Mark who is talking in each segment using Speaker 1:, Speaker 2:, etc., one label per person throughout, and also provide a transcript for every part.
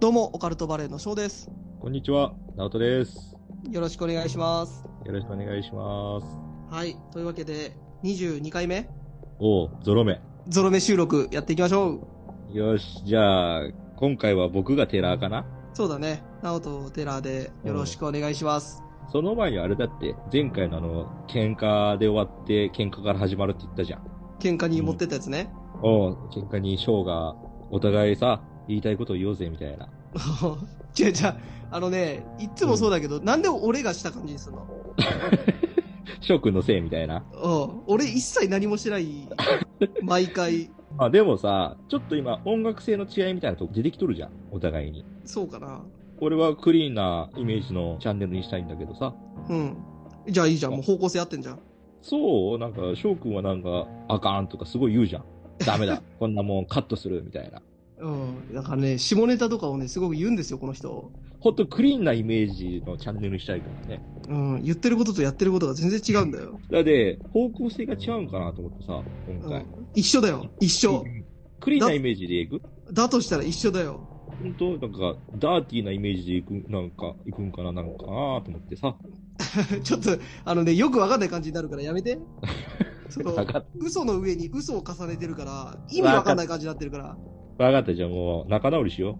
Speaker 1: どうも、オカルトバレーの翔です。
Speaker 2: こんにちは、直人です。
Speaker 1: よろしくお願いします。
Speaker 2: よろしくお願いします。
Speaker 1: はい、というわけで、22回目、
Speaker 2: おう、ゾロ目。
Speaker 1: ゾロ目収録やっていきましょう。
Speaker 2: よし、じゃあ、今回は僕がテラーかな
Speaker 1: そうだね、ナオとテラーでよろしくお願いします。
Speaker 2: その前にあれだって、前回のあの、喧嘩で終わって、喧嘩から始まるって言ったじゃん。
Speaker 1: 喧嘩に持ってったやつね。
Speaker 2: おう、喧嘩に翔が、お互いさ、言いたいことを言おうぜ、みたいな。
Speaker 1: じゃじゃあのね、いつもそうだけど、なんで俺がした感じにするの
Speaker 2: 翔くんのせい、みたいな。
Speaker 1: うん俺一切何もしてない。毎回。
Speaker 2: まあでもさ、ちょっと今、音楽性の違いみたいなとこ出てきとるじゃん、お互いに。
Speaker 1: そうかな。
Speaker 2: 俺はクリーンなイメージのチャンネルにしたいんだけどさ。
Speaker 1: うん。じゃあいいじゃん、もう方向性合ってんじゃん。
Speaker 2: そうなんか、翔くんはなんか、あかんとかすごい言うじゃん。ダ メだ。こんなもんカットするみたいな。
Speaker 1: うん。だからね、下ネタとかをね、すごく言うんですよ、この人。
Speaker 2: ほんとクリーンなイメージのチャンネルにしたいからね。
Speaker 1: うん。言ってることとやってることが全然違うんだよ。
Speaker 2: だって、方向性が違うんかなと思ってさ、今
Speaker 1: うん
Speaker 2: 回。
Speaker 1: 一緒だよ。一緒。
Speaker 2: クリーンなイメージでいく
Speaker 1: だとしたら一緒だよ。
Speaker 2: ほんとなんか、ダーティーなイメージでいく、なんか、いくんかな、なんかなと思ってさ。
Speaker 1: ちょっと、あのね、よくわかんない感じになるからやめ て。その
Speaker 2: わかっ
Speaker 1: 嘘の上に嘘を重ねてるから、意味わかんない感じになってるから、
Speaker 2: わかった、じゃあもう、仲直りしよ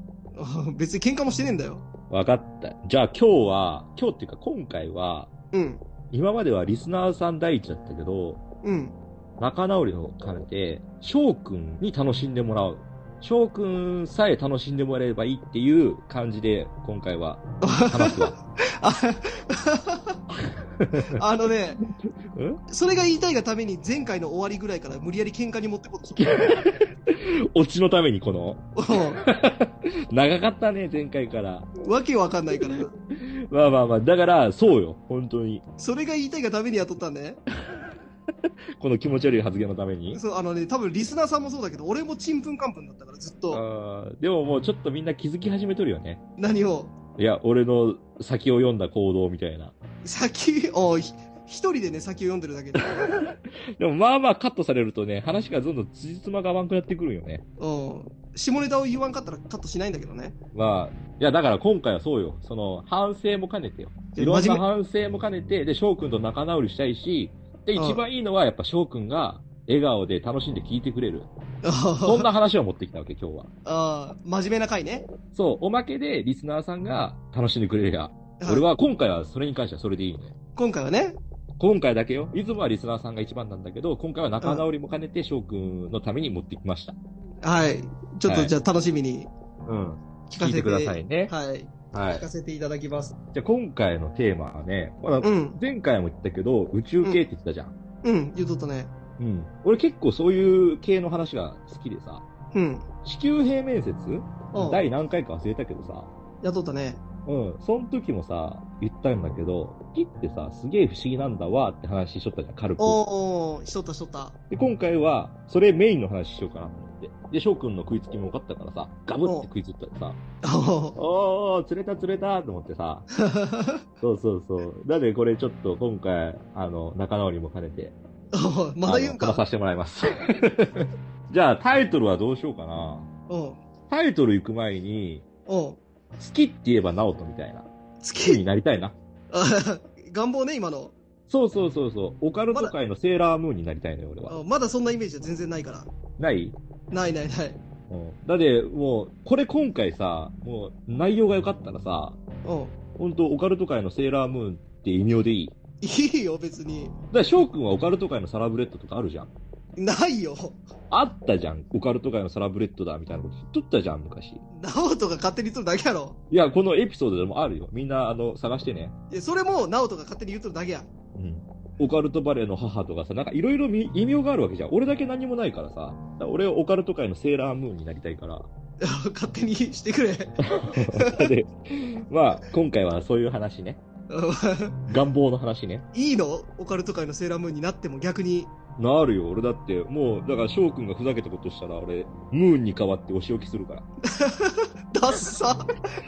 Speaker 1: 別に喧嘩もしてねえんだよ。
Speaker 2: う。わかった。じゃあ今日は、今日っていうか今回は、
Speaker 1: うん、
Speaker 2: 今まではリスナーさん第一だったけど、
Speaker 1: うん。
Speaker 2: 仲直りを兼ねて、翔くんに楽しんでもらう。翔くんさえ楽しんでもらえればいいっていう感じで、今回は話すわ。
Speaker 1: ああのね、
Speaker 2: うん
Speaker 1: それが言いたいがために前回の終わりぐらいから無理やり喧嘩に持ってこうとする
Speaker 2: オチのためにこの、
Speaker 1: う
Speaker 2: 長かったね、前回から。
Speaker 1: んわけわかんないから。
Speaker 2: まあまあまあ、だから、そうよ、本当に。
Speaker 1: それが言いたいがためにやっとったんで、ね、
Speaker 2: この気持ち悪い発言のために。
Speaker 1: そう、あのね、多分リスナーさんもそうだけど、俺もちんぷんかんぷんだったから、ずっと。
Speaker 2: あーでももうちょっとみんな気づき始めとるよね。
Speaker 1: 何を
Speaker 2: いや、俺の先を読んだ行動みたいな。
Speaker 1: 先を、ひ一人でね、先を読んでるだけ で。
Speaker 2: でもまあまあカットされるとね、話がどんどん辻褄が合わんくなってくるんよね。
Speaker 1: うん。下ネタを言わんかったらカットしないんだけどね。
Speaker 2: まあ、いや、だから今回はそうよ。その、反省も兼ねてよ。
Speaker 1: え
Speaker 2: いろん
Speaker 1: 真
Speaker 2: な
Speaker 1: 面
Speaker 2: 反省も兼ねて、で、翔くんと仲直りしたいし、で、
Speaker 1: うん
Speaker 2: 一番いいのはやっぱ翔くんが笑顔で楽しんで聞いてくれる。 そんな話を持ってきたわけ、今日は。
Speaker 1: あー真面目な回ね。
Speaker 2: そう、おまけでリスナーさんが楽しんでくれるや。俺は今回はそれに関してはそれでいいね。
Speaker 1: 今回はね、
Speaker 2: 今回だけよ。いつもはリスナーさんが一番なんだけど、今回は仲直りも兼ねて翔くんのために持ってきました。
Speaker 1: はい。ちょっ
Speaker 2: は
Speaker 1: と
Speaker 2: い
Speaker 1: じゃあ楽しみに
Speaker 2: うん。
Speaker 1: 聞かせ
Speaker 2: 聞い
Speaker 1: て
Speaker 2: てくださいね。
Speaker 1: はい。
Speaker 2: は
Speaker 1: 聞
Speaker 2: い
Speaker 1: か。せていただきます。
Speaker 2: じゃあ今回のテーマはね、まあ
Speaker 1: うん。
Speaker 2: 前回も言ったけど、宇宙系って言ってたじゃん。
Speaker 1: うん。言うとったね。
Speaker 2: うん。俺結構そういう系の話が好きでさ、
Speaker 1: うん。
Speaker 2: 地球平面説
Speaker 1: うん。
Speaker 2: 第何回か忘れたけどさ、
Speaker 1: やっとったね。
Speaker 2: うん、その時もさ、言ったんだけど、月ってさ、すげえ不思議なんだわって話しとったじゃん、軽く。
Speaker 1: おーおー、しとったしとった。
Speaker 2: で、今回は、それメインの話しようかなと思って。で、翔くんの食いつきも分かったからさ、ガブって食いついたらさ、
Speaker 1: お
Speaker 2: おー、釣れた釣れたと思ってさ、
Speaker 1: ー
Speaker 2: そうそうそう。なんでこれちょっと今回、あの、仲直りも兼ねて、
Speaker 1: おーまだ言うん
Speaker 2: あの
Speaker 1: か。
Speaker 2: 話させてもらいます。 じゃあ、タイトルはどうしようかな。
Speaker 1: うん。
Speaker 2: タイトル行く前に、
Speaker 1: うん。
Speaker 2: 好きって言えば直人みたいな。好きに
Speaker 1: 月、
Speaker 2: なりたいな。
Speaker 1: あ 願望ね、今の。
Speaker 2: そうそうそうそう。オカルト界のセーラームーンになりたいのよ、俺は。
Speaker 1: うんまだそんなイメージは全然ないから。
Speaker 2: ない
Speaker 1: ないないない。
Speaker 2: うん。だって、もう、これ今回さ、もう、内容が良かったらさ、
Speaker 1: うん。
Speaker 2: ほんと、オカルト界のセーラームーンって異名でいい。
Speaker 1: いいよ、別に。
Speaker 2: だから、翔くんはオカルト界のサラブレッドとかあるじゃん。
Speaker 1: ないよ。
Speaker 2: あったじゃん。オカルト界のサラブレッドだ、みたいなこと言っとったじゃん、昔。
Speaker 1: ナオトが勝手に言っとるだけやろ。
Speaker 2: いや、このエピソードでもあるよ。みんな、あの、探してね。
Speaker 1: いや、それもナオトが勝手に言っとるだけや。
Speaker 2: うんオカルトバレーの母とかさ、なんかいろいろ異名があるわけじゃん。俺だけ何もないからさ。だから俺はオカルト界のセーラームーンになりたいから。
Speaker 1: 勝手にしてくれ。
Speaker 2: で、まあ、今回はそういう話ね。願望の話ね。
Speaker 1: いいのオカルト界のセーラームーンになっても逆に。
Speaker 2: なるよ、俺だって、もう、だから翔くんがふざけたことしたら、俺、ムーンに代わってお仕置きするから。
Speaker 1: ダッサ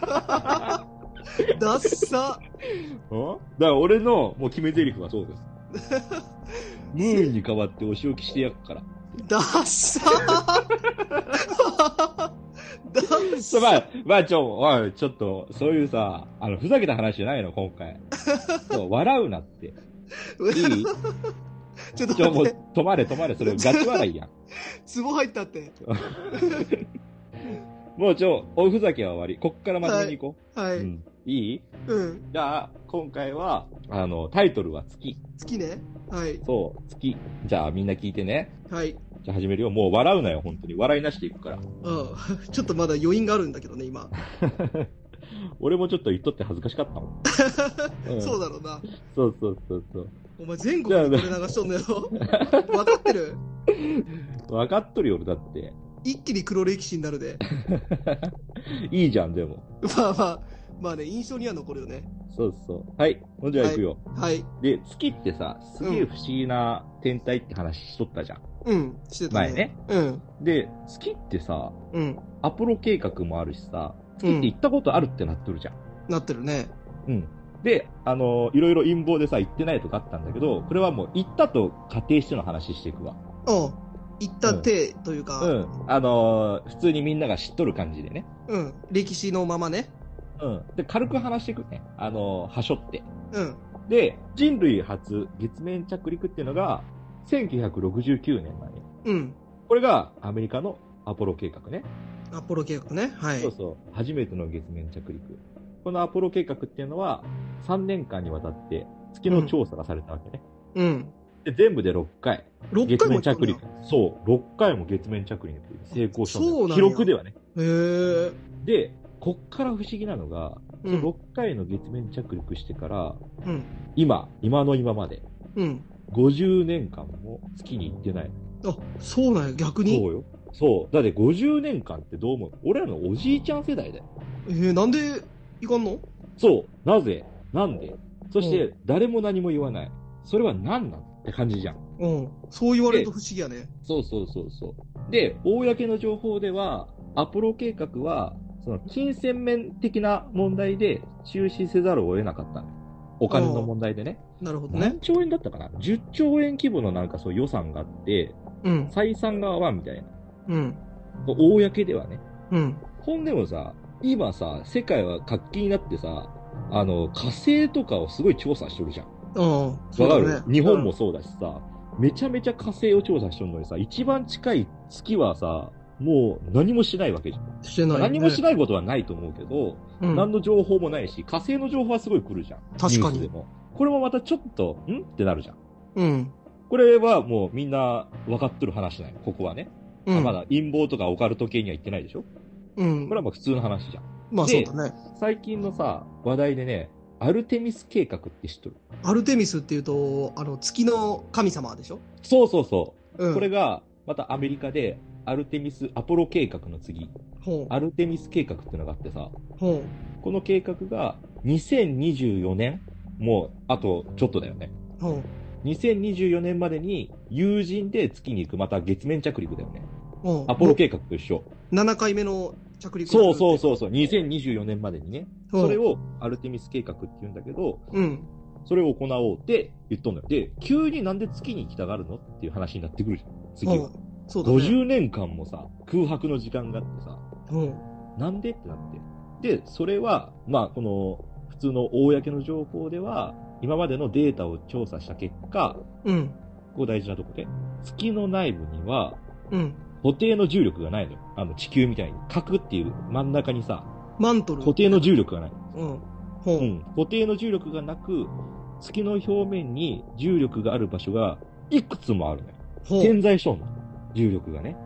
Speaker 1: ダッサ
Speaker 2: だから俺の、もう決め台詞はそうです。 ムーンに代わってお仕置きしてやっ から。
Speaker 1: ダッサダッ
Speaker 2: そう
Speaker 1: サ
Speaker 2: まあ、まあ、ちょ、おい、ちょっと、そういうさ、あの、ふざけた話じゃないの、今回。そう笑うなっ て。いい
Speaker 1: ちょっ
Speaker 2: ちょ、
Speaker 1: と
Speaker 2: もう
Speaker 1: 待って、、
Speaker 2: 止まれ、止まれ、それ、ガチ笑いやん。
Speaker 1: ツボ入ったって。
Speaker 2: もう、ちょ、おふざけは終わり。こっから真面目に行こ
Speaker 1: はい。
Speaker 2: う。う
Speaker 1: うん。
Speaker 2: ん。いいじゃあ、今回は、あの、タイトルは月。
Speaker 1: 好きね。はい。
Speaker 2: そう、月。じゃあ、みんな聞いてね。
Speaker 1: はい。
Speaker 2: じゃあ始めるよ。もう笑うなよ、本当に。笑いなしでいくから。
Speaker 1: うん。 ちょっとまだ余韻があるんだけどね、今。
Speaker 2: 俺もちょっと言っとって恥ずかしかったも ん。うん
Speaker 1: そうだろうな。
Speaker 2: そうそうそうそう。
Speaker 1: お前全国でこれ流しとんのやろ 分かってる
Speaker 2: 分かっとるよ、俺だって。
Speaker 1: 一気に黒歴史になるで。
Speaker 2: いいじゃん、でも。
Speaker 1: まあまあ、まあね、印象には残るよね。
Speaker 2: そうそう。はい。ほんじゃあ行くよ。
Speaker 1: はい。
Speaker 2: で、月ってさ、すげえ不思議な天体って話しとったじゃん。
Speaker 1: うん。してたね。
Speaker 2: 前ね。
Speaker 1: うん。
Speaker 2: で、月ってさ、
Speaker 1: うん。
Speaker 2: アポロ計画もあるしさ、
Speaker 1: う
Speaker 2: 月って行
Speaker 1: ん。
Speaker 2: ったことあるってなっとるじゃん。
Speaker 1: なってるね。
Speaker 2: うん。で、あのーいろいろ陰謀でさ、行ってないとかあったんだけど、これはもう行ったと仮定しての話していくわ。
Speaker 1: うん。行った手というか、
Speaker 2: う。ん。あのー普通にみんなが知っとる感じでね。
Speaker 1: うん。歴史のままね。
Speaker 2: うん。で、軽く話していくね。あのー、はしょって。
Speaker 1: うん。
Speaker 2: で、人類初月面着陸っていうのが、1969年前。
Speaker 1: うん。
Speaker 2: これがアメリカのアポロ計画ね。
Speaker 1: アポロ計画ね。はい。
Speaker 2: そうそう。初めての月面着陸。このアポロ計画っていうのは、3年間にわたって月の調査がされたわけね。
Speaker 1: うん。
Speaker 2: で、全部で6回。
Speaker 1: 6
Speaker 2: 月
Speaker 1: 回も行
Speaker 2: 面
Speaker 1: ったん
Speaker 2: 着
Speaker 1: だ
Speaker 2: 陸。そう。6回も月面着陸に成功したんだよ
Speaker 1: そうなんや
Speaker 2: 記録ではね。
Speaker 1: へえ。
Speaker 2: で、こっから不思議なのが、
Speaker 1: うん。
Speaker 2: 6回の月面着陸してから、
Speaker 1: うん。
Speaker 2: 今、今の今まで、
Speaker 1: うん。
Speaker 2: 50年間も月に行ってない。
Speaker 1: あ、そうなんや、逆
Speaker 2: そ
Speaker 1: に。
Speaker 2: うよ。そう。だって50年間ってどう思う俺らのおじいちゃん世代だよ。
Speaker 1: えー、なんで行かんの
Speaker 2: そう。なぜなんでそし
Speaker 1: う
Speaker 2: て、誰も何も言わない。それは何なんって感じじゃん。
Speaker 1: うん。そう言われると不思議やね。
Speaker 2: そうそうそうそう。で、公の情報では、アポロ計画は、その金銭面的な問題で中止せざるを得なかったのよお金の問題でね。
Speaker 1: なるほどね
Speaker 2: 何。兆円だったかな ?10 兆円規模のなんかそう予算があって、
Speaker 1: うん。
Speaker 2: 採算が合わんみたいな。
Speaker 1: うん。
Speaker 2: 公ではね。
Speaker 1: うん。
Speaker 2: ほんでもさ、今さ、世界は活気になってさ、あの、火星とかをすごい調査しとるじゃん。
Speaker 1: うん。そう
Speaker 2: わ
Speaker 1: だ
Speaker 2: かる、
Speaker 1: ね
Speaker 2: 日本も。そうだしさ、めちゃめちゃ火星を調査しとるのにさ、一番近い月はさ、もう何もしないわけじゃん。
Speaker 1: うんしてない、ね。
Speaker 2: 何もし
Speaker 1: ない。
Speaker 2: ないことはないと思うけど、
Speaker 1: うん。
Speaker 2: 何の情報もないし、火星の情報はすごい来るじゃん。
Speaker 1: 確か
Speaker 2: ニュースで
Speaker 1: に。
Speaker 2: も。これもまたちょっと、んってなるじゃん。
Speaker 1: うん。
Speaker 2: これはもうみんな分かっとる話なんよ、ここはね。
Speaker 1: うん。
Speaker 2: まだ陰謀とかオカルト系には言ってないでしょこ
Speaker 1: うん。
Speaker 2: れはまあ普通の話じゃん。
Speaker 1: まあそう
Speaker 2: で
Speaker 1: だね。
Speaker 2: 最近のさ、話題でね、アルテミス計画って知っとる
Speaker 1: アルテミスっていうと、あの、月の神様でしょ
Speaker 2: そうそうそう。
Speaker 1: うん。
Speaker 2: これ
Speaker 1: が。
Speaker 2: が、またアメリカで、アルテミス、アポロ計画の次、
Speaker 1: ほう。
Speaker 2: アルテミス計画っていうのがあってさ、
Speaker 1: ほ
Speaker 2: この計画が、2024年もう、あとちょっとだよね。
Speaker 1: う。ほ
Speaker 2: 2024年までに、友人で月に行く、また月面着陸だよね。
Speaker 1: う。ほう。
Speaker 2: アポロ計画と一緒。
Speaker 1: 7回目の着陸。
Speaker 2: そうそう
Speaker 1: う。
Speaker 2: そうそう、2024年までにね。
Speaker 1: ほう
Speaker 2: それ。を、アルテミス計画って言うんだけど、
Speaker 1: うん。
Speaker 2: それを行おうって言っとんのよ。で、急になんで月に行きたがるのっていう話になってくるじゃん。次
Speaker 1: ほ
Speaker 2: は
Speaker 1: う。。そうだね。
Speaker 2: 50年間もさ、空白の時間があってさ、
Speaker 1: ほう。
Speaker 2: なんでってなって。で、それは、まあ、この、普通の公の情報では、今までのデータを調査した結果、
Speaker 1: うん。
Speaker 2: ここ大事なとこで、月の内部には、
Speaker 1: うん。
Speaker 2: 固定の重力がないのよ。あの、地球みたいに。核っていう真ん中にさ、
Speaker 1: マントル。
Speaker 2: 固定の重力がない。
Speaker 1: うん。ほ
Speaker 2: う
Speaker 1: う。
Speaker 2: ん。固定の重力がなく、月の表面に重力がある場所が、いくつもあるのよ。
Speaker 1: ほう。
Speaker 2: 潜在しとんの。重力がね。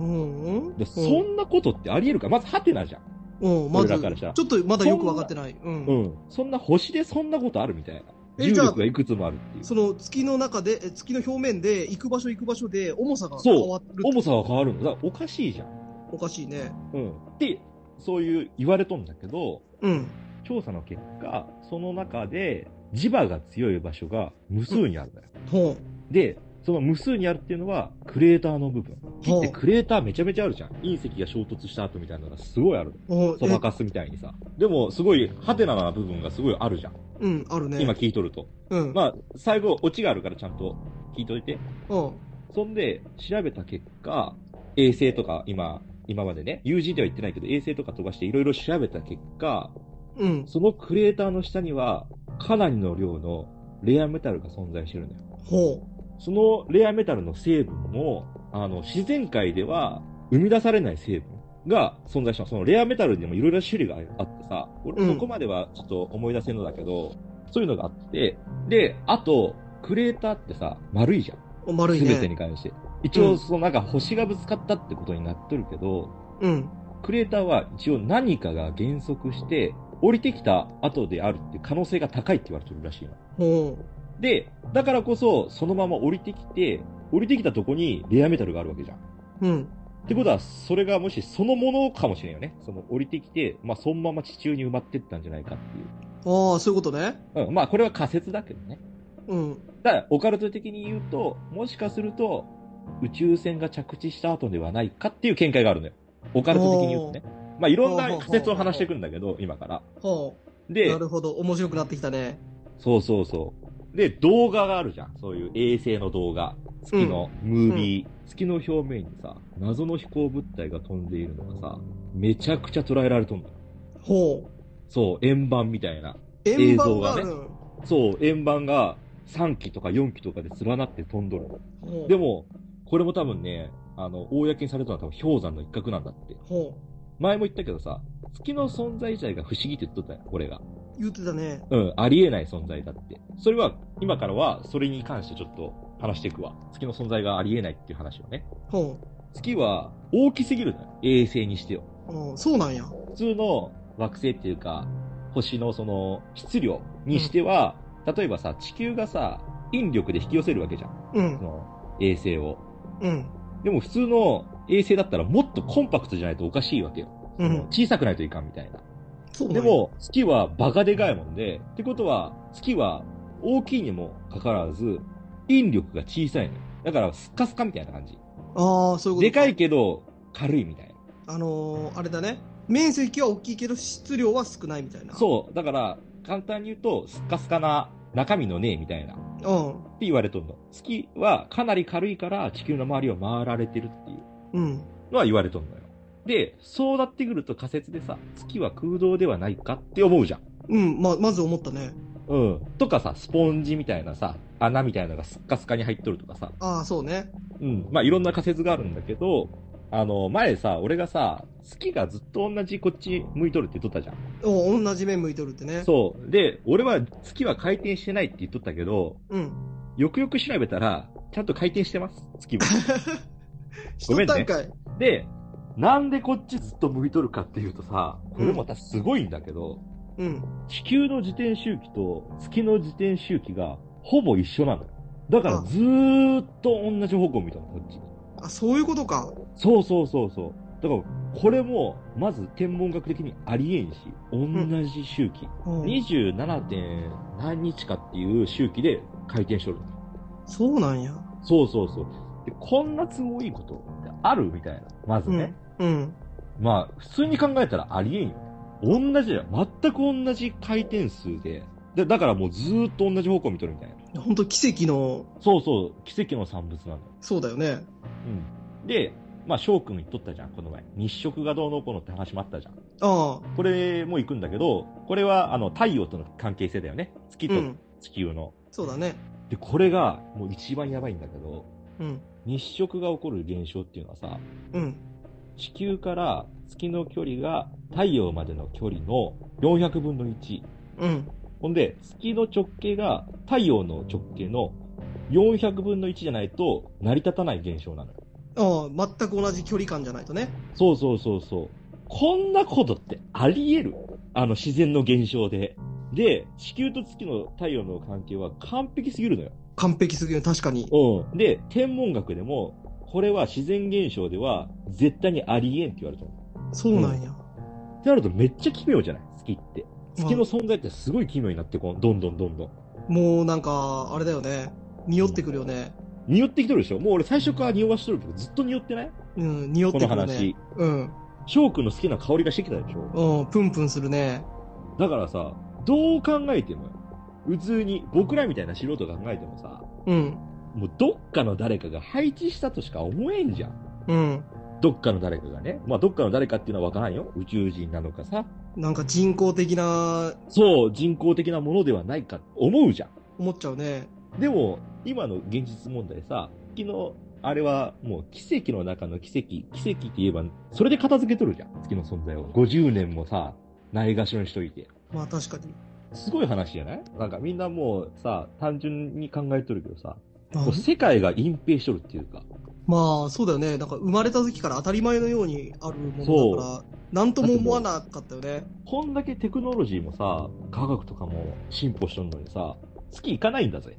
Speaker 1: うん。
Speaker 2: で、
Speaker 1: うん
Speaker 2: そんなことってあり得るかまず、ハテナじゃん。
Speaker 1: うん、まず、
Speaker 2: 俺らからしたら
Speaker 1: ちょっとまだよく分かってない。うん。
Speaker 2: うん。そんな星でそんなことあるみたいな。
Speaker 1: え
Speaker 2: 重
Speaker 1: じゃあ
Speaker 2: 力がいくつもあるっていう。
Speaker 1: その月の中で、え月の表面で行く場所行く場所で重さが
Speaker 2: そう
Speaker 1: 変わるって
Speaker 2: 重さは変わるの。だからおかしいじゃん。
Speaker 1: おかしいね。
Speaker 2: うん。って、そういう言われとんだけど、
Speaker 1: うん。
Speaker 2: 調査の結果、その中で磁場が強い場所が無数にあるんだよ。
Speaker 1: ほ
Speaker 2: で、その無数にあるっていうのは、クレーターの部分。木ってクレーターめちゃめちゃあるじゃん。隕石が衝突した後みたいなのがすごいある。
Speaker 1: う。ほう。
Speaker 2: そばかすみたいにさ。でも、すごい、ハテナな部分がすごいあるじゃん。
Speaker 1: えうん、あるね。
Speaker 2: 今聞いとると。
Speaker 1: うん。
Speaker 2: まあ、最後、オチがあるからちゃんと聞いといて。
Speaker 1: うん。
Speaker 2: そんで、調べた結果、衛星とか、今、今までね、友人では言ってないけど、衛星とか飛ばしていろいろ調べた結果、
Speaker 1: うん。
Speaker 2: そのクレーターの下には、かなりの量のレアメタルが存在してるんだよ。
Speaker 1: ほ
Speaker 2: そのレアメタルの成分も、あの、自然界では生み出されない成分が存在した。そのレアメタルにもいろいろ種類があってさ、
Speaker 1: う
Speaker 2: 俺
Speaker 1: ん
Speaker 2: そこまではちょっと思い出せんのだけど、そういうのがあって、で、あと、クレーターってさ、丸いじゃん。
Speaker 1: う。丸い
Speaker 2: す
Speaker 1: ね。
Speaker 2: べてに関して。一
Speaker 1: う
Speaker 2: 応、
Speaker 1: ん
Speaker 2: そのなんか星がぶつかったってことになっとるけど、
Speaker 1: うん。
Speaker 2: クレーターは一応何かが減速して、降りてきた後であるって可能性が高いって言われてるらしいの。
Speaker 1: ほ
Speaker 2: で、だからこそ、そのまま降りてきて、降りてきたとこにレアメタルがあるわけじゃん。っ
Speaker 1: う。うん。
Speaker 2: てことは、それがもしそのものかもしれんよね。その降りてきて、まあ、そのまま地中に埋まってったんじゃないかってい
Speaker 1: ああ、そういうことね。
Speaker 2: う。うん、まあ、これは仮説だけどね。
Speaker 1: うん。
Speaker 2: だから、オカルト的に言うと、もしかすると、宇宙船が着地した後ではないかっていう見解があるのよ。オカルト的に言うとね。まあ、いろんな仮説を話していくんだけど、今から。
Speaker 1: ほう。
Speaker 2: で
Speaker 1: な、るほど。面白くなってきたね。
Speaker 2: そうそうそう。で、動画があるじゃん。そういう衛星の動画。月のムービー。月の表面にさ、謎の飛行物体が飛んでいるのがさ、めちゃくちゃ捉えられとんだよ。
Speaker 1: ほう。
Speaker 2: そう、円盤みたいな。
Speaker 1: 円盤がある
Speaker 2: 映。そう、円盤が3機とか4機とかで連なって飛んどる。
Speaker 1: ほう。
Speaker 2: でも、これも多分ね、あの、公にされたのは多分氷山の一角なんだって。
Speaker 1: ほ
Speaker 2: 前も言ったけどさ、月の存在自体が不思議って言っとったよ、これが。
Speaker 1: う。言ってたね。
Speaker 2: うん、ありえない存在だって。それは、今からは、それに関してちょっと話していくわ。月の存在がありえないっていう話をね。
Speaker 1: ほ
Speaker 2: 月は大きすぎるのよ。衛星にしてよ。
Speaker 1: う。うんそうなんや。
Speaker 2: 普通の惑星っていうか、星のその質量にしては、例えばさ、地球がさ、引力で引き寄せるわけじゃん。
Speaker 1: う
Speaker 2: そ
Speaker 1: ん。
Speaker 2: の衛星を。
Speaker 1: うん。
Speaker 2: でも普通の衛星だったらもっとコンパクトじゃないとおかしいわけよ。
Speaker 1: う
Speaker 2: その
Speaker 1: ん。
Speaker 2: 小さくないといかんみたいな。
Speaker 1: そうなん
Speaker 2: で
Speaker 1: や。
Speaker 2: も、月はバカでかいもんで、ってことは、月は大きいにもかかわらず、引力が小さいのよ。だから、スッカスカみたいな感じ。
Speaker 1: ああ、そういうこと
Speaker 2: でかい。けど、軽いみたい
Speaker 1: あのー、あれだね。面積は大きいけど、質量は少ないみたいな。
Speaker 2: な。そう。だから、簡単に言うと、スッカスカな中身のねえみたいな。っ
Speaker 1: う。うん。
Speaker 2: て言われとんの。月はかなり軽いから、地球の周りを回られてるっていう
Speaker 1: うん。
Speaker 2: のは言われとんのよ。で、そうなってくると仮説でさ、月は空洞ではないかって思うじゃん。
Speaker 1: うん。ま、まず思ったね。
Speaker 2: うん。とかさ、スポンジみたいなさ、穴みたいなのがスッカスカに入っとるとかさ、
Speaker 1: ああ、そうね。
Speaker 2: うん。まあ、いろんな仮説があるんだけど、あの、前さ、俺がさ、月がずっと同じこっち向いとるって言っとったじゃん。
Speaker 1: お同じ面向いとるってね。
Speaker 2: そう。で、俺は月は回転してないって言っとったけど、
Speaker 1: う。うん。
Speaker 2: よくよく調べたら、ちゃんと回転してます、月は。
Speaker 1: し
Speaker 2: ご
Speaker 1: と
Speaker 2: め
Speaker 1: っ
Speaker 2: ん
Speaker 1: た
Speaker 2: ね
Speaker 1: んかい。
Speaker 2: で、なんでこっちずっと向いとるかっていうとさ、これまたすごいんだけど、
Speaker 1: うん。
Speaker 2: 地球の自転周期と月の自転周期がほぼ一緒なのよ。だからずーっと同じ方向を見たの、こっちに。
Speaker 1: あ、そういうことか。
Speaker 2: そうそうそうそう。だから、これも、まず天文学的にありえんし、同じ周期。
Speaker 1: うん。
Speaker 2: 27. 点何日かっていう周期で回転しとる。
Speaker 1: そうなんや。
Speaker 2: そうそうそう。で、こんな都合いいことってあるみたいな。まず
Speaker 1: うん
Speaker 2: ね。。
Speaker 1: うん。
Speaker 2: まあ、普通に考えたらありえんよ。同じだよ。全く同じ回転数で。で、だからもうずーっと同じ方向見とるみたいな。
Speaker 1: 本当奇跡の、
Speaker 2: そうそう。奇跡の産物なのよ。
Speaker 1: そうだよね。
Speaker 2: うん。で、まあ、翔くん言っとったじゃん、この前。日食がどうのこうのって話もあったじゃん。
Speaker 1: ああ。
Speaker 2: これも行くんだけど、これはあの太陽との関係性だよね。月
Speaker 1: う
Speaker 2: と
Speaker 1: ん。
Speaker 2: 地球の。
Speaker 1: そうだね。
Speaker 2: で、これがもう一番やばいんだけど、
Speaker 1: うん。
Speaker 2: 日食が起こる現象っていうのはさ、
Speaker 1: うん。
Speaker 2: 地球から月の距離が太陽までの距離の400分の1。
Speaker 1: うん。
Speaker 2: ほんで、月の直径が太陽の直径の400分の1じゃないと成り立たない現象なのよ。
Speaker 1: ああ、全く同じ距離感じゃないとね。
Speaker 2: そうそうそうそう。こんなことってあり得るあの自然の現象で。で、地球と月の太陽の関係は完璧すぎるのよ。
Speaker 1: 完璧すぎる、確かに。
Speaker 2: うん。で、天文学でも、これは自然現象では絶対にありえんって言われてる。
Speaker 1: そうなんや。
Speaker 2: ってなるとめっちゃ奇妙じゃない月って。
Speaker 1: まあ
Speaker 2: 月の存在ってすごい奇妙になってこん、どんどんどんどん。
Speaker 1: もうなんか、あれだよね。匂ってくるよね。
Speaker 2: 匂ってきとるでしょもう俺最初から匂わしとるけどずっと匂ってない
Speaker 1: うん、匂っ
Speaker 2: こ
Speaker 1: てく
Speaker 2: の
Speaker 1: る
Speaker 2: 話
Speaker 1: ね。。うん。
Speaker 2: 翔くんの好きな香りがしてきたでしょ
Speaker 1: うん、プンプンするね。
Speaker 2: だからさ、どう考えてもよ普通に僕らみたいな素人が考えてもさ、
Speaker 1: うん。
Speaker 2: もうどっかの誰かが配置したとしか思えんじゃん。
Speaker 1: うん。
Speaker 2: どっかの誰かがね。まあどっかの誰かっていうのはわからんよ。宇宙人なのかさ。
Speaker 1: なんか人工的な、
Speaker 2: そう、人工的なものではないか思うじゃ
Speaker 1: 思っちゃうね。
Speaker 2: ん。でも、今の現実問題さ、昨日、あれはもう奇跡の中の奇跡、奇跡って言えば、それで片付けとるじゃん。月の存在を。50年もさ、ないがしろにしといて。
Speaker 1: まあ確かに。
Speaker 2: すごい話じゃないなんかみんなもうさ、単純に考えとるけどさ、
Speaker 1: まあ
Speaker 2: こう世界が隠蔽しとるっていうか、
Speaker 1: まあ、そうだよね。なんか生まれた時から当たり前のようにあるものだから、なんとも思わなかったよね。
Speaker 2: こんだけテクノロジーもさ、科学とかも進歩しとんのにさ、月行かないんだぜ。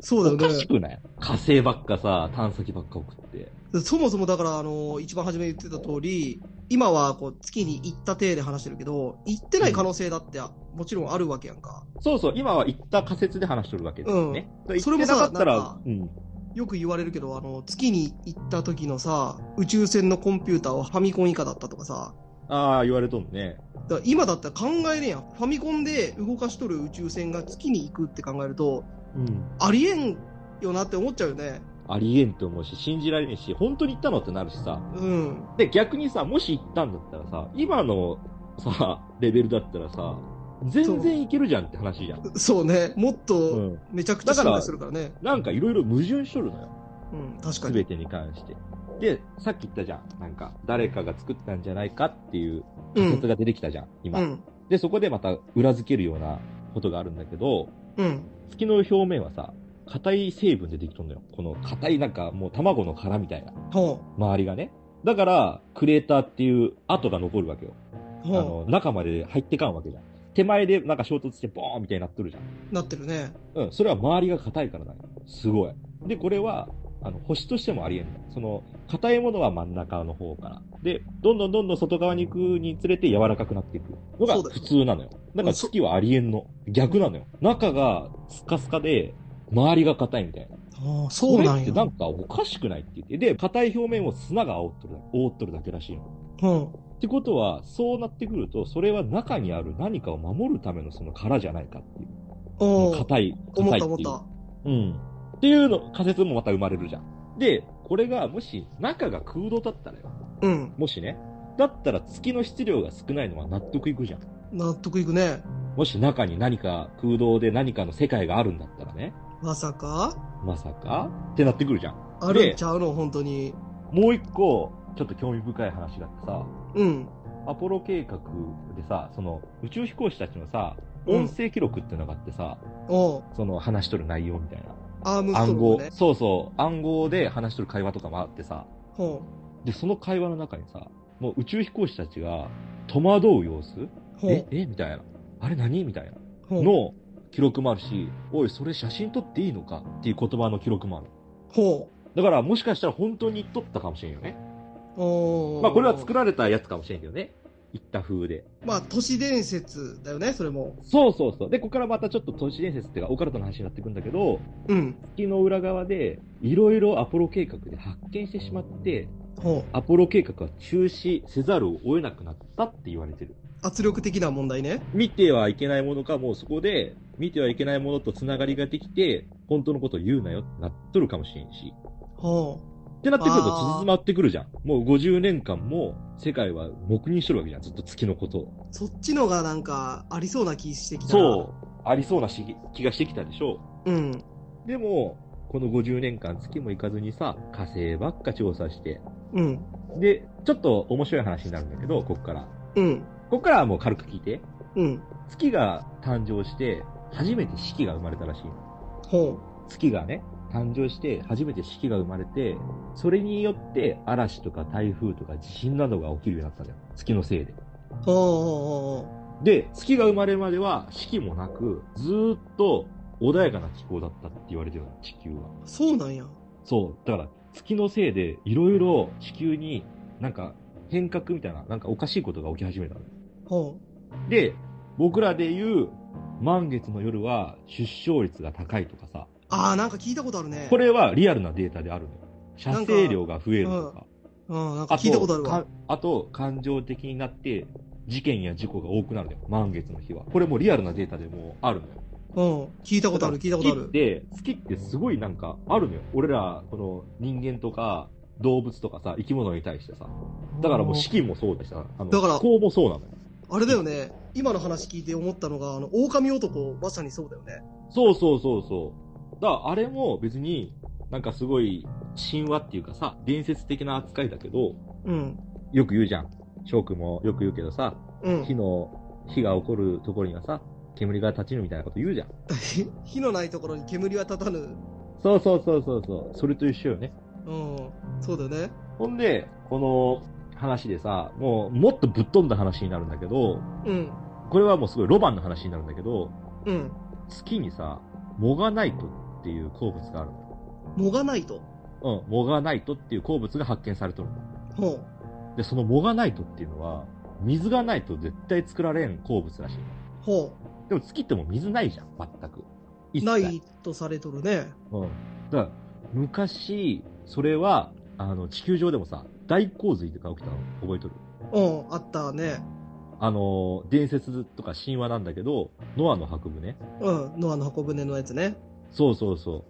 Speaker 1: そうだ
Speaker 2: お
Speaker 1: よ
Speaker 2: か
Speaker 1: ね
Speaker 2: し。くない火星ばっかさ、探査機ばっか送って。
Speaker 1: そもそもだから、あの、一番初めに言ってた通り、今はこう月に行った体で話してるけど、行ってない可能性だって、もちろんあるわけやんか。
Speaker 2: そうそう、今は行った仮説で話しとるわけですよね。だから
Speaker 1: それもさ
Speaker 2: 行ってなかった
Speaker 1: なん
Speaker 2: ら
Speaker 1: か、
Speaker 2: うん。
Speaker 1: よく言われるけど、あの、月に行った時のさ、宇宙船のコンピューターはファミコン以下だったとかさ、
Speaker 2: ああ、言われとんね。
Speaker 1: だから今だったら考えれんやん。ファミコンで動かしとる宇宙船が月に行くって考えると、
Speaker 2: うん。
Speaker 1: ありえんよなって思っちゃうよね。
Speaker 2: ありえんと思うし、信じられんし、本当に行ったのってなるしさ。
Speaker 1: うん。
Speaker 2: で、逆にさ、もし行ったんだったらさ、今のさ、レベルだったらさ、全然いけるじゃんって話じゃん。
Speaker 1: そうね。もっ
Speaker 2: う
Speaker 1: と
Speaker 2: ん。
Speaker 1: めちゃくちゃ進化するからね。
Speaker 2: なんかいろいろ矛盾しとるのよ。
Speaker 1: うん、確か
Speaker 2: す
Speaker 1: に。
Speaker 2: べてに関して。で、さっき言ったじゃん。なんか、誰かが作ったんじゃないかっていう
Speaker 1: う
Speaker 2: 仮説
Speaker 1: ん。
Speaker 2: が出てきたじゃん、今、
Speaker 1: うん。
Speaker 2: で、そこでまた裏付けるようなことがあるんだけど、
Speaker 1: うん。
Speaker 2: 月の表面はさ、硬い成分でできとんのよ。この硬いなんかもう卵の殻みたいな、
Speaker 1: ほ
Speaker 2: 周りがね。だから、クレーターっていう跡が残るわけよ。
Speaker 1: う。
Speaker 2: あ
Speaker 1: ほ
Speaker 2: の、中まで入ってかんわけじゃん。手前でなんか衝突してボーンみたいになっとるじゃん。
Speaker 1: う。なってるね。
Speaker 2: うん、それは周りが硬いからだよ。すごい。で、これは、あの、星としてもありえんだ。その、硬いものは真ん中の方から。で、どんどんどんどん外側に行くにつれて柔らかくなっていくのが
Speaker 1: そうだよ
Speaker 2: 普通なのよ。だから月はありえんの。逆なのよ。中がスカスカで、周りが硬いみたいな。
Speaker 1: ああ、そうな
Speaker 2: これ
Speaker 1: ん
Speaker 2: って
Speaker 1: や。
Speaker 2: なんかおかしくないって言って。で、硬い表面を砂が覆っとるだけ、覆っとるだけらしいの。
Speaker 1: うん。
Speaker 2: ってことは、そうなってくると、それは中にある何かを守るためのその殻じゃないかっていう。
Speaker 1: おー
Speaker 2: 硬い、
Speaker 1: 思
Speaker 2: 硬
Speaker 1: っ
Speaker 2: い
Speaker 1: た思
Speaker 2: っ
Speaker 1: って
Speaker 2: いう。
Speaker 1: た。
Speaker 2: うん。っていうの仮説もまた生まれるじゃん。で、これがもし中が空洞だったらよ。
Speaker 1: うん。
Speaker 2: もしね。だったら月の質量が少ないのは納得いくじゃん。
Speaker 1: 納得いくね。
Speaker 2: もし中に何か空洞で何かの世界があるんだったらね。
Speaker 1: まさか
Speaker 2: まさかってなってくるじゃん。
Speaker 1: あるんちゃうの本当に。
Speaker 2: もう一個、ちょっと興味深い話があってさ、
Speaker 1: うん。
Speaker 2: アポロ計画でさ、その宇宙飛行士たちのさ、
Speaker 1: うん
Speaker 2: 音声記録ってのがあってさ、
Speaker 1: おう
Speaker 2: その話しとる内容みたいな。
Speaker 1: アームスト
Speaker 2: 暗
Speaker 1: ロン
Speaker 2: 号
Speaker 1: グね、。
Speaker 2: そうそう、暗号で話しとる会話とかもあってさ、
Speaker 1: ほ
Speaker 2: で、その会話の中にさ、もう宇宙飛行士たちが戸惑う様子
Speaker 1: う。ほ
Speaker 2: え
Speaker 1: う。
Speaker 2: えみたいな。あれ何みたいな。
Speaker 1: ほう。
Speaker 2: の記録もあるし、おい、それ写真撮っていいのかっていう言葉の記録もある。
Speaker 1: ほ
Speaker 2: だから、もしかしたら本当に撮ったかもしれんよね。
Speaker 1: う。おー
Speaker 2: まあ、これは作られたやつかもしれんけどね。言った風で。
Speaker 1: まあ、都市伝説だよね、それも。
Speaker 2: そうそうそう。で、ここからまたちょっと都市伝説っていうか、オカルトの話になってくんだけど、
Speaker 1: うん。
Speaker 2: 月の裏側で、いろいろアポロ計画で発見してしまって、
Speaker 1: ほう。
Speaker 2: アポロ計画は中止せざるを得なくなったって言われてる。
Speaker 1: 圧力的な問題ね。
Speaker 2: 見てはいけないものか、もうそこで、見てはいけないものとつながりができて、本当のことを言うなよってなっとるかもしれんし。
Speaker 1: ほ
Speaker 2: ってなってくると
Speaker 1: あー
Speaker 2: 縮まってくるじゃん。もう50年間も世界は黙認しとるわけじゃん。ずっと月のことを。
Speaker 1: う。そっちのがなんか、ありそうな気してきたな。
Speaker 2: そう。ありそうなし気がしてきたでしょ
Speaker 1: う。うん。
Speaker 2: う。でも、この50年間月も行かずにさ、火星ばっか調査して。
Speaker 1: うん。
Speaker 2: で、ちょっと面白い話になるんだけど、こっから。
Speaker 1: うん。
Speaker 2: こっからはもう軽く聞いて。
Speaker 1: うん。
Speaker 2: 月が誕生して、初めて四季が生まれたらしいの。
Speaker 1: ほ
Speaker 2: 月がね、誕生して、初めて四季が生まれて、それによって嵐とか台風とか地震などが起きるようになったんだよ。月のせいで。
Speaker 1: う。ほうほうほ
Speaker 2: で、月が生まれるまでは四季もなく、ずーっと穏やかな気候だったって言われてるの、地球は。
Speaker 1: そうなんや。
Speaker 2: そう。だから、月のせいで、いろいろ地球になんか変革みたいな、なんかおかしいことが起き始めたの。
Speaker 1: ほ
Speaker 2: で、僕らで言う、満月の夜は出生率が高いとかさ
Speaker 1: う。、ああ、なんか聞いたことあるね。
Speaker 2: これはリアルなデータであるのよ。射精量が増えるとか。
Speaker 1: うん、なんか
Speaker 2: あ
Speaker 1: 聞いたことあるわ。
Speaker 2: かあと、感情的になって、事件や事故が多くなるのよ。満月の日は。これもリアルなデータでもうあるのよ。
Speaker 1: うん、聞いたことある、聞いたことあ
Speaker 2: 月っ
Speaker 1: る。
Speaker 2: て、月ってすごいなんかあるのよ。俺ら、この人間とか、動物とかさ、生き物に対してさ。だからもう四季もそうだしさ、あの、
Speaker 1: だから
Speaker 2: 気候もそうなのよ。
Speaker 1: あれだよね、今の話聞いて思ったのが、あの、狼男、まさにそうだよね。
Speaker 2: そうそうそうそう。だからあれも別になんかすごい神話っていうかさ、伝説的な扱いだけど、
Speaker 1: うん、
Speaker 2: よく言うじゃん。翔くんもよく言うけどさ、
Speaker 1: うん
Speaker 2: 火。の、火が起こるところにはさ、煙が立ちぬみたいなこと言うじゃん。
Speaker 1: 火のないところに煙は立たぬ。
Speaker 2: そうそうそうそうそう。それと一緒よね。
Speaker 1: うん、そうだよね。
Speaker 2: ほんで、この話でさ、もうもっとぶっ飛んだ話になるんだけど、
Speaker 1: うん、
Speaker 2: これはもうすごいロマンの話になるんだけど、
Speaker 1: うん。
Speaker 2: 月にさ、モガナイトっていう鉱物がある
Speaker 1: もがないと。
Speaker 2: の。うん、モガナイトっていう鉱物が発見されとるの。
Speaker 1: ほう。
Speaker 2: で、その藻がないとっていうのは、水がないと絶対作られん鉱物らしい。
Speaker 1: ほ
Speaker 2: でも月ってもう水ないじゃん、全く。
Speaker 1: う。
Speaker 2: 一切
Speaker 1: ないとされとるね。
Speaker 2: うん。だから、昔、それは、あの、地球上でもさ、大洪水とか起きたの覚えとる
Speaker 1: うん、あったね。
Speaker 2: あの、伝説とか神話なんだけど、ノアの白夢ね。
Speaker 1: うん、ノアの箱舟のやつね。
Speaker 2: そうそうそ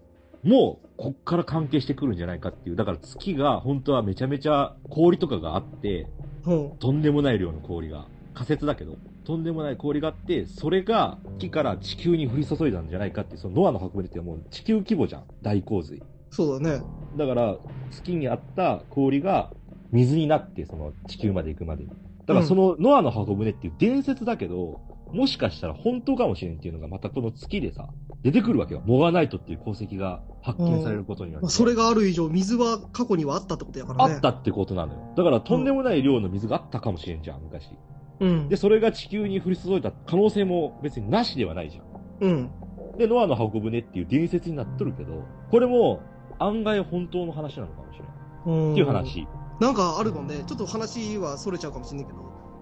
Speaker 2: う。もう、こっから関係してくるんじゃないかっていう。だから月が、本当はめちゃめちゃ氷とかがあって、
Speaker 1: ほ
Speaker 2: とんでもない量の氷が、仮説だけど、とんでもない氷があって、それが月から地球に降り注いだんじゃないかって、そのノアの箱舟ってもう地球規模じゃん、大洪水。
Speaker 1: う。そうだね。
Speaker 2: だから、月にあった氷が水になって、その地球まで行くまでに。だからそのノアの箱舟っていう伝説だけど、もしかしたら本当かもしれんっていうのがまたこの月でさ、出てくるわけよ。モガナイトっていう鉱石が発見されることになって。
Speaker 1: まあ、それがある以上、水は過去にはあったってことやから
Speaker 2: あ
Speaker 1: ね。
Speaker 2: ったってことなのよ。だからとんでもない量の水があったかもしれんじゃん、昔。
Speaker 1: うん
Speaker 2: で、。それが地球に降り注いだ可能性も別になしではないじゃ
Speaker 1: う
Speaker 2: ん。
Speaker 1: ん。
Speaker 2: で、ノアの箱舟っていう伝説になっとるけど、これも案外本当の話なのかもしれない。
Speaker 1: うん
Speaker 2: っていう。話。
Speaker 1: なんかあるもんね。ちょっと話はそれちゃうかもしれないけど、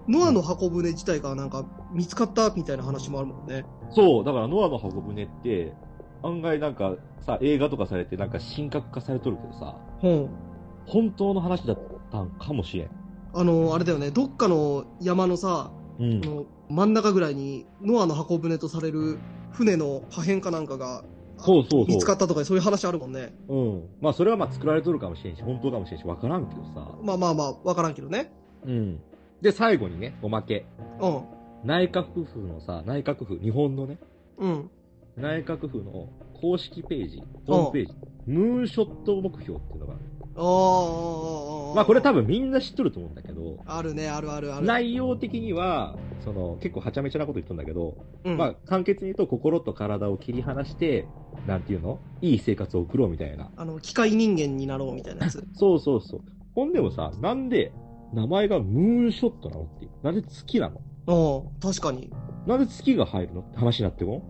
Speaker 1: ノアの箱舟自体がなんか見つかったみたいな話もあるもんね。
Speaker 2: そう、だからノアの箱舟って、案外なんかさ、映画とかされてなんか神格化されとるけどさ、
Speaker 1: うん。
Speaker 2: 本当の話だったんかもしれん。
Speaker 1: あの、あれだよね。どっかの山のさ、
Speaker 2: うん
Speaker 1: こ。の真ん中ぐらいにノアの箱舟とされる船の破片かなんかが
Speaker 2: そうそうそう。
Speaker 1: 見つかったとかそういう話あるもんね。
Speaker 2: うん。まあそれはまあ作られとるかもしれんし、本当かもしれんし、わからんけどさ。
Speaker 1: まあまあまあ、わからんけどね。
Speaker 2: うん。で、最後にね、おまけ。
Speaker 1: うん。
Speaker 2: 内閣府のさ、内閣府、日本のね、
Speaker 1: うん。
Speaker 2: 内閣府の公式ページ、ホームページ、ムーンショット目標っていうのがある。
Speaker 1: ああ。
Speaker 2: まあこれ多
Speaker 1: 分。
Speaker 2: 分みんな知っとると思うんだけど、
Speaker 1: あるね、あるあるある。
Speaker 2: 内容的には、その、結構はちゃめちゃなこと言っとんだけど、
Speaker 1: うん、
Speaker 2: まあ簡潔に言うと心と体を切り離して、なんていうのいい生活を送ろうみたいな。
Speaker 1: あの、機械人間になろうみたいなやつ。
Speaker 2: そうそうそう。ほんでもさ、なんで名前がムーンショットなのっていう。なんで月なの
Speaker 1: うん。確かに。
Speaker 2: なんで月が入るのって話になっても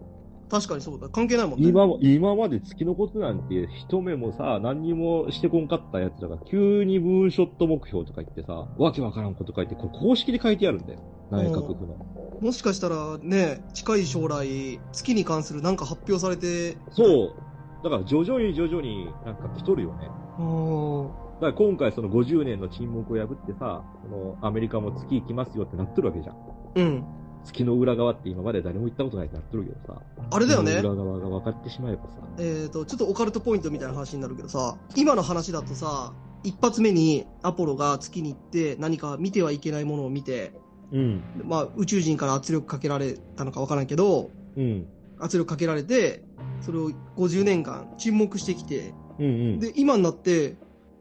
Speaker 1: 確かにそうだ。関係ないもんね。
Speaker 2: 今も、今まで月のことなんて一目もさ、何にもしてこんかったやつらが急にムーンショット目標とか言ってさ、わけわからんこと書いて、これ公式で書いてあるんだよ。内閣府の。
Speaker 1: もしかしたらね、近い将来、月に関するなんか発表されて、
Speaker 2: そう。だから徐々に徐々になんか来とるよね。
Speaker 1: うん。
Speaker 2: だから今回その50年の沈黙を破ってさ、そのアメリカも月行きますよってなっとるわけじゃん。
Speaker 1: うん。
Speaker 2: 月の裏側って今まで誰も行ったことないってなっとるけどさ。
Speaker 1: あれだよね
Speaker 2: 月。の裏側が分かってしまえばさ。
Speaker 1: えっ、と、ちょっとオカルトポイントみたいな話になるけどさ、今の話だとさ、一発目にアポロが月に行って何か見てはいけないものを見て、
Speaker 2: うん。
Speaker 1: まあ宇宙人から圧力かけられたのかわからんけど、
Speaker 2: うん。
Speaker 1: 圧力かけられて、それを50年間沈黙してきて、
Speaker 2: うんうん。
Speaker 1: で、今になって、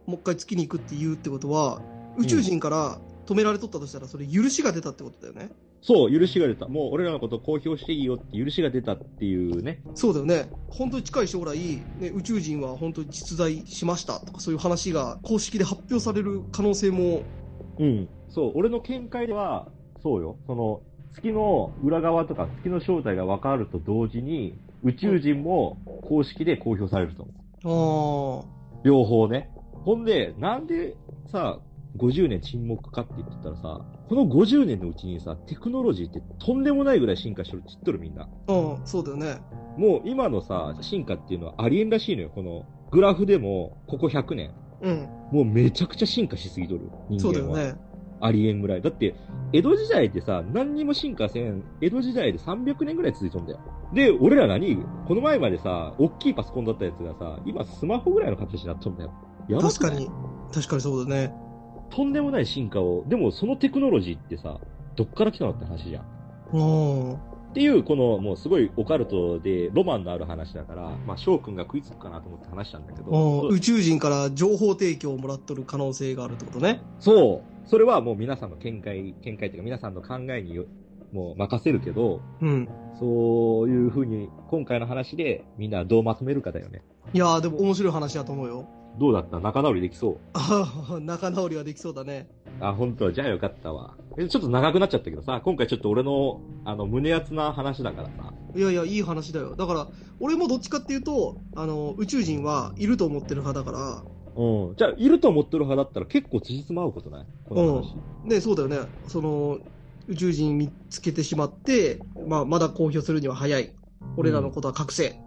Speaker 1: もう一回月に行くって言うってことは、宇宙人から止められとったとしたら、それ許しが出たってことだよね。
Speaker 2: そう、許しが出た。もう俺らのこと公表していいよって許しが出たっていうね。
Speaker 1: そうだよね。本当に近い将来、ね、宇宙人は本当に実在しましたとか、そういう話が公式で発表される可能性も、
Speaker 2: うん。そう、俺の見解では、そうよ。その、月の裏側とか月の正体が分かると同時に、宇宙人も公式で公表されると思う。
Speaker 1: おー。
Speaker 2: 両方ね。ほんで、なんでさ、50年沈黙かって言ってたらさ、この50年のうちにさ、テクノロジーってとんでもないぐらい進化してるって知っとるみんな。
Speaker 1: うん、そうだよね。
Speaker 2: もう今のさ、進化っていうのはありえんらしいのよ。このグラフでも、ここ100年。
Speaker 1: うん、
Speaker 2: もうめちゃくちゃ進化しすぎとる。人
Speaker 1: そうだ
Speaker 2: 間は。
Speaker 1: よね。
Speaker 2: ありえんぐらい。だって、江戸時代ってさ、何にも進化せん。江戸時代で300年ぐらい続いとんだよ。で、俺ら何この前までさ、大きいパソコンだったやつがさ、今スマホぐらいの形になっとんだよ。やばくない
Speaker 1: 確かに、確かにそうだね。
Speaker 2: とんでもない進化を、でもそのテクノロジーってさ、どっから来たのって話じゃん。
Speaker 1: うん。
Speaker 2: っていう、この、もうすごいオカルトでロマンのある話だから、まあ、翔くんが食いつくかなと思って話したんだけど、
Speaker 1: うん
Speaker 2: そう
Speaker 1: 宇宙人から情報提供をもらっとる可能性があるってことね。
Speaker 2: そう、それはもう皆さんの見解、見解っていうか皆さんの考えによもう任せるけど、
Speaker 1: うん。
Speaker 2: そういうふうに、今回の話でみんなどうまとめるかだよね。
Speaker 1: いやー、でも面白い話だと思うよ。
Speaker 2: どうだった仲直りできそう。
Speaker 1: あはは仲直りはできそうだね。
Speaker 2: あ、本当じゃあよかったわ。えちょっと長くなっちゃったけどさ、今回ちょっと俺の、あの、胸熱な話だからさ。
Speaker 1: いやいや、いい話だよ。だから、俺もどっちかっていうと、あの、宇宙人はいると思ってる派だか
Speaker 2: うん。じゃあ、いると思ってる派だったら結構辻褄合うことないこの話。
Speaker 1: ら、ね、そうだよね。その、宇宙人見つけてしまって、まあ、まだ公表するには早い。俺らのことは隠せ。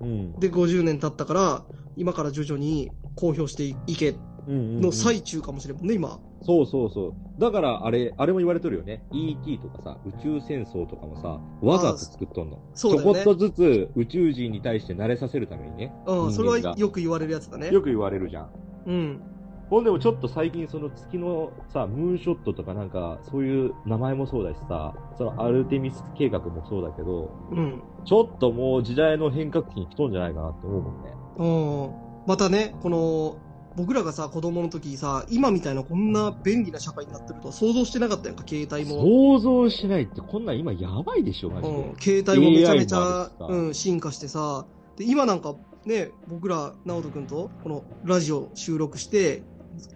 Speaker 2: うん。
Speaker 1: で、50年経ったから、今から徐々に公表していけ
Speaker 2: うんうんうん
Speaker 1: の最中かもしれんもんね、今。
Speaker 2: そうそうそう。だから、あれ、あれも言われてるよね。ET とかさ、宇宙戦争とかもさ、わざと作っとんの。ち
Speaker 1: そう
Speaker 2: ょ
Speaker 1: だ
Speaker 2: こ
Speaker 1: よ
Speaker 2: っ
Speaker 1: ね
Speaker 2: と。ずつ宇宙人に対して慣れさせるためにね。
Speaker 1: うん、それは
Speaker 2: 人間が
Speaker 1: よく言われるやつだね。
Speaker 2: よく言われるじゃん。
Speaker 1: うん。
Speaker 2: ほんでもちょっと最近その月のさ、ムーンショットとかなんか、そういう名前もそうだしさ、そのアルテミス計画もそうだけど、
Speaker 1: うん。
Speaker 2: ちょっともう時代の変革期に来とんじゃないかなって思うもんね。
Speaker 1: うん。またね、この、僕らがさ、子供の時さ、今みたいなこんな便利な社会になってるとは想像してなかったやんか、携帯も。
Speaker 2: 想像しないってこんなん今やばいでしょ、マジで。
Speaker 1: うん、携帯もめちゃめち
Speaker 2: AI もあ
Speaker 1: ゃ
Speaker 2: るし、さ
Speaker 1: うん、進化してさ、で今なんかね、僕ら、直人君とこのラジオ収録して、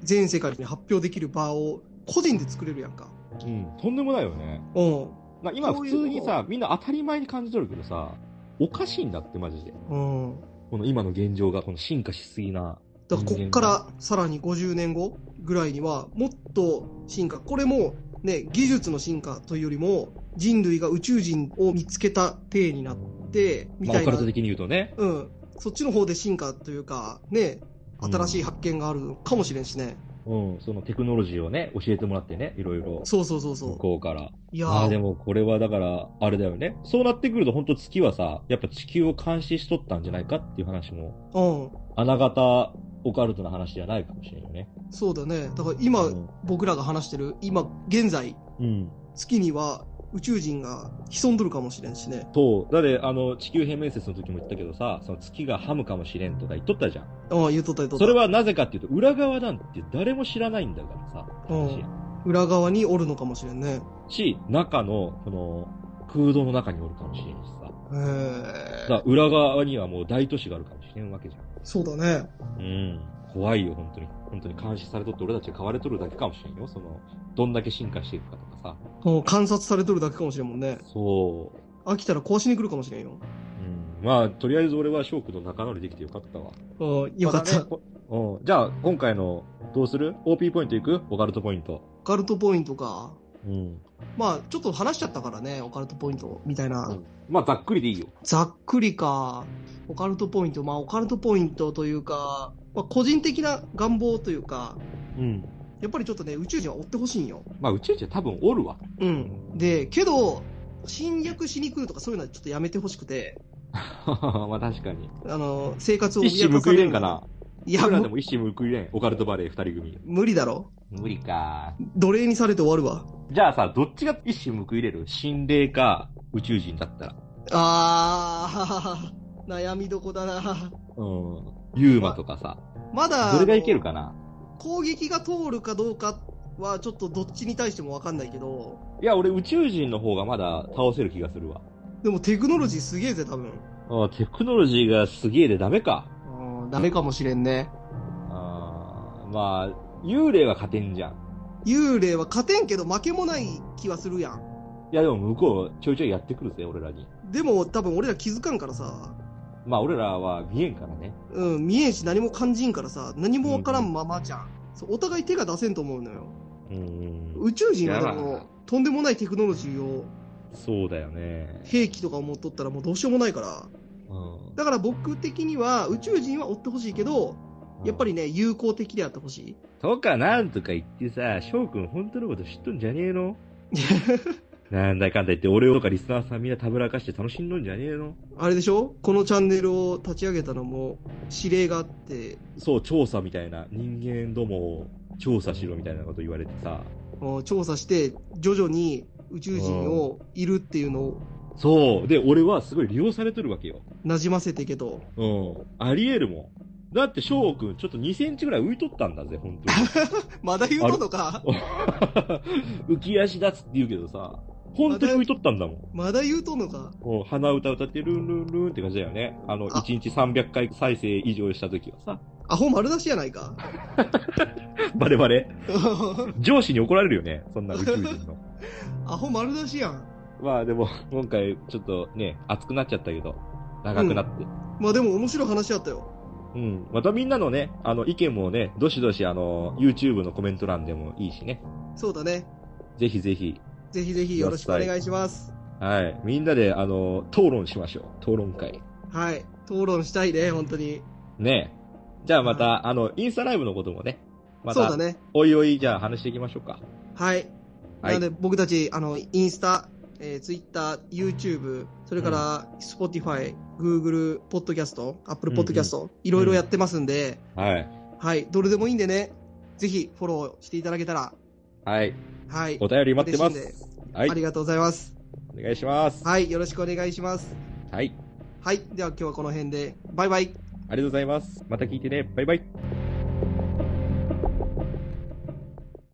Speaker 1: 全世界に発表できる場を個人で作れるやんか。
Speaker 2: うん、とんでもないよね。
Speaker 1: うん。
Speaker 2: な今
Speaker 1: そう
Speaker 2: 普
Speaker 1: いう
Speaker 2: 通にさ、みんな当たり前に感じとるけどさ、おかしいんだってマジで。
Speaker 1: うん。
Speaker 2: この今の現状がこの進化しすぎな。
Speaker 1: だからこっからさらに50年後ぐらいにはもっと進化これも、ね、技術の進化というよりも人類が宇宙人を見つけた体になってみ
Speaker 2: まあ、
Speaker 1: た
Speaker 2: オ
Speaker 1: い
Speaker 2: カ
Speaker 1: な、
Speaker 2: ルト的に言うとね。
Speaker 1: うん、そっちの方で進化というか、ね、新しい発見があるのかもしれんしね、
Speaker 2: うん、そのテクノロジーをね、教えてもらってね、いろいろ。
Speaker 1: そうそうそうそ
Speaker 2: 向
Speaker 1: う
Speaker 2: こうから。
Speaker 1: いや
Speaker 2: ああ、
Speaker 1: ー
Speaker 2: でもこれはだから、あれだよね。そうなってくると、本当月はさ、やっぱ地球を監視しとったんじゃないかっていう話も、あながたオカルトな話じゃないかもしれんよね。
Speaker 1: うん、そうだねだから今、
Speaker 2: うん
Speaker 1: 僕らが話してる今現在
Speaker 2: うん。
Speaker 1: 月には宇宙人が潜んどるかもしれんしね
Speaker 2: そう。だって、あの、地球平面説の時も言ったけどさ、その月がハムかもしれんとか言っとったじゃん。
Speaker 1: うん言うとった言うとった
Speaker 2: それはなぜかっていうと、裏側なんて誰も知らないんだからさ、話や
Speaker 1: 裏側におるのかもしれんね
Speaker 2: し、中の、この、空洞の中におるかもしれんしさ。
Speaker 1: へ
Speaker 2: だ
Speaker 1: ー
Speaker 2: から裏側にはもう大都市があるかもしれんわけじゃ
Speaker 1: そうだね。
Speaker 2: ん。うん。怖いよ、本当に。本当に監視されとって俺たちが買われとるだけかもしれんよ。その、どんだけ進化していくかとか
Speaker 1: うん観察されとるだけかもしれんもんね
Speaker 2: さ。。そう。
Speaker 1: 飽きたら壊しに来るかもしれんよ。
Speaker 2: うん。まあ、とりあえず俺は翔くんと仲直りできてよかったわ。
Speaker 1: うん、よかっ
Speaker 2: ま
Speaker 1: た。
Speaker 2: だねこうん。じゃあ、今回の、どうする ?OP ポイントいくオカルトポイント。
Speaker 1: オカルトポイントか。
Speaker 2: うん。
Speaker 1: まあ、ちょっと話しちゃったからね、オカルトポイントみたいな。
Speaker 2: うんまあ、ざっくりでいいよ。
Speaker 1: ざっくりか。オカルトポイント、まあ、オカルトポイントというか、まあ、個人的な願望というか、
Speaker 2: うん。
Speaker 1: やっぱりちょっとね、宇宙人は追ってほしいんよ。
Speaker 2: まあ、宇宙人は多分おるわ。
Speaker 1: うん。で、けど、侵略しに来るとかそういうのはちょっとやめてほしくて、
Speaker 2: まあ確かに。
Speaker 1: あの、生活を
Speaker 2: 一矢報いれんかな。
Speaker 1: い
Speaker 2: い
Speaker 1: や、
Speaker 2: 俺ら
Speaker 1: も
Speaker 2: で
Speaker 1: う
Speaker 2: も一矢報いれん。オカルトバレー二人組。
Speaker 1: 無理だろ。
Speaker 2: 無理か。
Speaker 1: 奴隷にされて終わるわ。
Speaker 2: じゃあさ、どっちが一矢報いれる心霊か宇宙人だったら。
Speaker 1: あー、 悩みどこだな。
Speaker 2: うん。ユーマとかさ。
Speaker 1: まだ、
Speaker 2: どれがいけるかな
Speaker 1: 攻撃が通るかどうかは、ちょっとどっちに対してもわかんないけど、
Speaker 2: いや、俺宇宙人の方がまだ倒せる気がするわ。
Speaker 1: でもテクノロジーすげえぜ、多分。
Speaker 2: あテクノロジーがすげえでダメか。
Speaker 1: うん、ダメかもしれんね。
Speaker 2: あーまあ、幽霊は勝てんじゃん。
Speaker 1: 幽霊は勝てんけど負けもない気はするやん。
Speaker 2: いやでも向こうちょいちょいやってくるぜ、俺らに。
Speaker 1: でも多分俺ら気づかんからさ、
Speaker 2: まあ俺らは見えんからね。
Speaker 1: うん、見えんし何も感じんからさ、何もわからんままじゃん。そうお互い手が出せんと思うのよ。
Speaker 2: うん。
Speaker 1: 宇宙人はで
Speaker 2: い
Speaker 1: も
Speaker 2: や、
Speaker 1: とんでもないテクノロジーを、
Speaker 2: そうだよね。
Speaker 1: 兵器とかを持っとったらもうどうしようもないから。
Speaker 2: うん。
Speaker 1: だから僕的には宇宙人は追ってほしいけど、やっぱりね、友好的であってほ しい。
Speaker 2: とかなんとか言ってさ、翔くん本当のこと知っとんじゃねえのなんだかんだ言って、俺とかリスナーさんみんなたぶらかして楽しんどんじゃねえの
Speaker 1: あれでしょこのチャンネルを立ち上げたのも指令があって、
Speaker 2: そう、調査みたいな、人間どもを調査しろみたいなこと言われてさ、
Speaker 1: もう調査して徐々に宇宙人をいるっていうのを
Speaker 2: そう、で、俺はすごい利用されてるわけよ。
Speaker 1: なじませていけと。
Speaker 2: うん、あり得るもん。だって翔くん、ちょっと2センチぐらい浮いとったんだぜ、本
Speaker 1: まだ言うとんのか
Speaker 2: 当に。浮き足立つって言うけどさ、本当に浮いとったんだもん。
Speaker 1: まだ言うとんのか
Speaker 2: もう鼻歌歌ってルンルンルンって感じだよね。あの、
Speaker 1: あ
Speaker 2: 1日300回再生以上した時はさ、
Speaker 1: アホ丸出しやない か。
Speaker 2: バレバレ。上司に怒られるよね、そんな宇宙人の。
Speaker 1: アホ丸出しやん。
Speaker 2: まあでも、今回ちょっとね、熱くなっちゃったけど、長くなって。
Speaker 1: まあでも面白い話やったよ。
Speaker 2: うん。またみんなのね、あの、意見もね、どしどし、あの、YouTube のコメント欄でもいいしね。
Speaker 1: そうだね。
Speaker 2: ぜひぜひ、
Speaker 1: ぜひぜひよろしくお願いします。
Speaker 2: はい。みんなで、あの、討論しましょう。討論会。
Speaker 1: はい。討論したいね、本当に。
Speaker 2: ねえ。じゃあまた、あの、インスタライブのこともね、ま
Speaker 1: そう
Speaker 2: た、
Speaker 1: だね。
Speaker 2: おいおい、じゃあ話していきましょうか。
Speaker 1: はい。な
Speaker 2: は
Speaker 1: いの。で、僕たち、あの、インスタ、えー、ツイッター、YouTube、それから、Spotify、Google、Podcast、Apple Podcast、いろいろやってますんで、
Speaker 2: はい。
Speaker 1: はい。どれでもいいんでね、ぜひフォローしていただけたら、
Speaker 2: はい。
Speaker 1: はい。
Speaker 2: お便り待ってま
Speaker 1: 嬉し
Speaker 2: す。はい
Speaker 1: あ。りがとうございます。
Speaker 2: お願いします。
Speaker 1: はい。よろしくお願いします。
Speaker 2: はい。
Speaker 1: はい。では今日はこの辺で、バイバイ。
Speaker 2: ありがとうございます。また聞いてね。バイバイ。